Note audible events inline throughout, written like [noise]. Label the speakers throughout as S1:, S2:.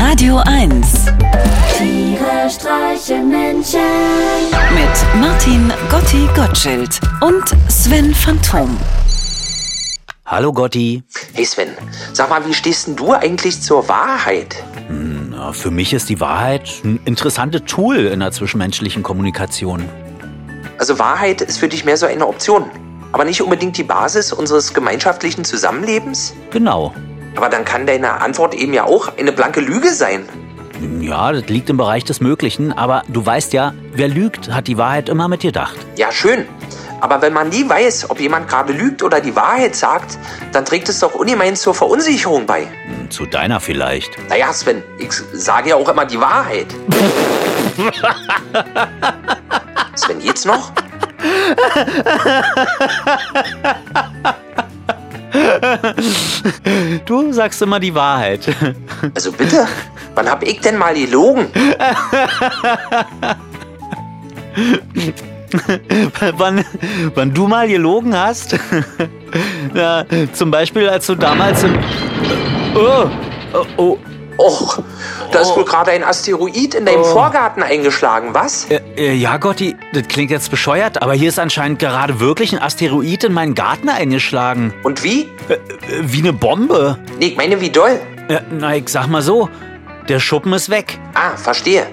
S1: Radio 1
S2: Tiere streichen Menschen.
S1: mit Martin Gotti Gottschild und Sven Phantom.
S3: Hallo Gotti.
S4: Hey Sven, sag mal, wie stehst denn du eigentlich zur Wahrheit?
S3: Na, Für mich ist die Wahrheit ein interessantes Tool in der zwischenmenschlichen Kommunikation.
S4: Also Wahrheit ist für dich mehr so eine Option, aber nicht unbedingt die Basis unseres gemeinschaftlichen Zusammenlebens?
S3: Genau.
S4: Aber dann kann deine Antwort eben ja auch eine blanke Lüge sein.
S3: Ja, das liegt im Bereich des Möglichen, aber du weißt ja, wer lügt, hat die Wahrheit immer mit gedacht.
S4: Ja, schön. Aber wenn man nie weiß, ob jemand gerade lügt oder die Wahrheit sagt, dann trägt es doch ungemein zur Verunsicherung bei.
S3: Zu deiner vielleicht.
S4: Naja, Sven, ich sage ja auch immer die Wahrheit. Sven, geht's noch?
S3: Du sagst immer die Wahrheit. [laughs]
S4: Also bitte, wann hab ich denn mal gelogen?
S3: wann, wann du mal gelogen hast. [laughs] ja, zum Beispiel, als du damals im. Oh, oh, oh.
S4: Och, da ist wohl gerade ein Asteroid in deinem Vorgarten eingeschlagen, was?
S3: Äh, äh, ja, Gotti, das klingt jetzt bescheuert, aber hier ist anscheinend gerade wirklich ein Asteroid in meinen Garten eingeschlagen.
S4: Und wie?
S3: Äh, Wie eine Bombe.
S4: Nee, ich meine, wie doll?
S3: Ja, Äh, na, ich sag mal so, der Schuppen ist weg.
S4: Ah, verstehe.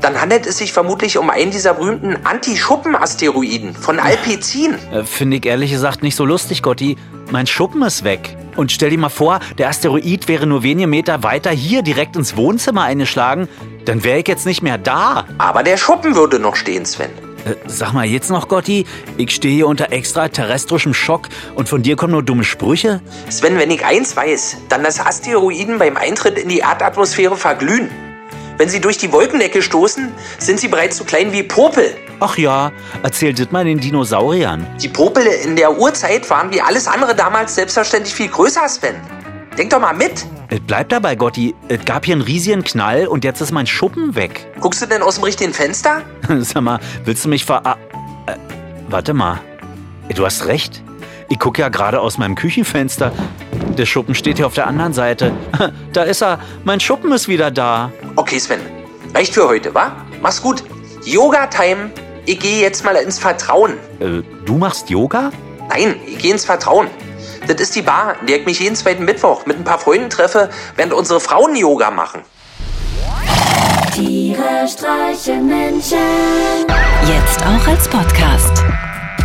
S4: Dann handelt es sich vermutlich um einen dieser berühmten Anti-Schuppen-Asteroiden von Alpecin.
S3: Äh, Finde ich ehrlich gesagt nicht so lustig, Gotti. Mein Schuppen ist weg. Und stell dir mal vor, der Asteroid wäre nur wenige Meter weiter hier direkt ins Wohnzimmer eingeschlagen, dann wäre ich jetzt nicht mehr da.
S4: Aber der Schuppen würde noch stehen, Sven.
S3: Äh, Sag mal jetzt noch, Gotti, ich stehe hier unter extraterrestrischem Schock und von dir kommen nur dumme Sprüche?
S4: Sven, wenn ich eins weiß, dann dass Asteroiden beim Eintritt in die Erdatmosphäre verglühen. Wenn sie durch die Wolkendecke stoßen, sind sie bereits so klein wie Popel.
S3: Ach ja, erzähl das mal den Dinosauriern.
S4: Die Popel in der Urzeit waren wie alles andere damals selbstverständlich viel größer, Sven. Denk doch mal mit.
S3: Es bleibt Äh, dabei, Gotti. Es gab hier einen riesigen Knall und jetzt ist mein Schuppen weg.
S4: Guckst du denn aus dem richtigen Fenster?
S3: [laughs] Sag mal, willst du mich ver... ah, Äh, warte mal. Du hast recht. Ich gucke ja gerade aus meinem Küchenfenster. Der Schuppen steht hier auf der anderen Seite. [laughs] Da ist er. Mein Schuppen ist wieder da.
S4: Okay, Sven. Reicht für heute, wa? Mach's gut. Yoga-Time. Ich gehe jetzt mal ins Vertrauen.
S3: Äh, du machst Yoga?
S4: Nein, ich gehe ins Vertrauen. Das ist die Bar, in der ich mich jeden zweiten Mittwoch mit ein paar Freunden treffe, während unsere Frauen Yoga machen.
S2: Tiere streichen Menschen.
S1: Jetzt auch als Podcast.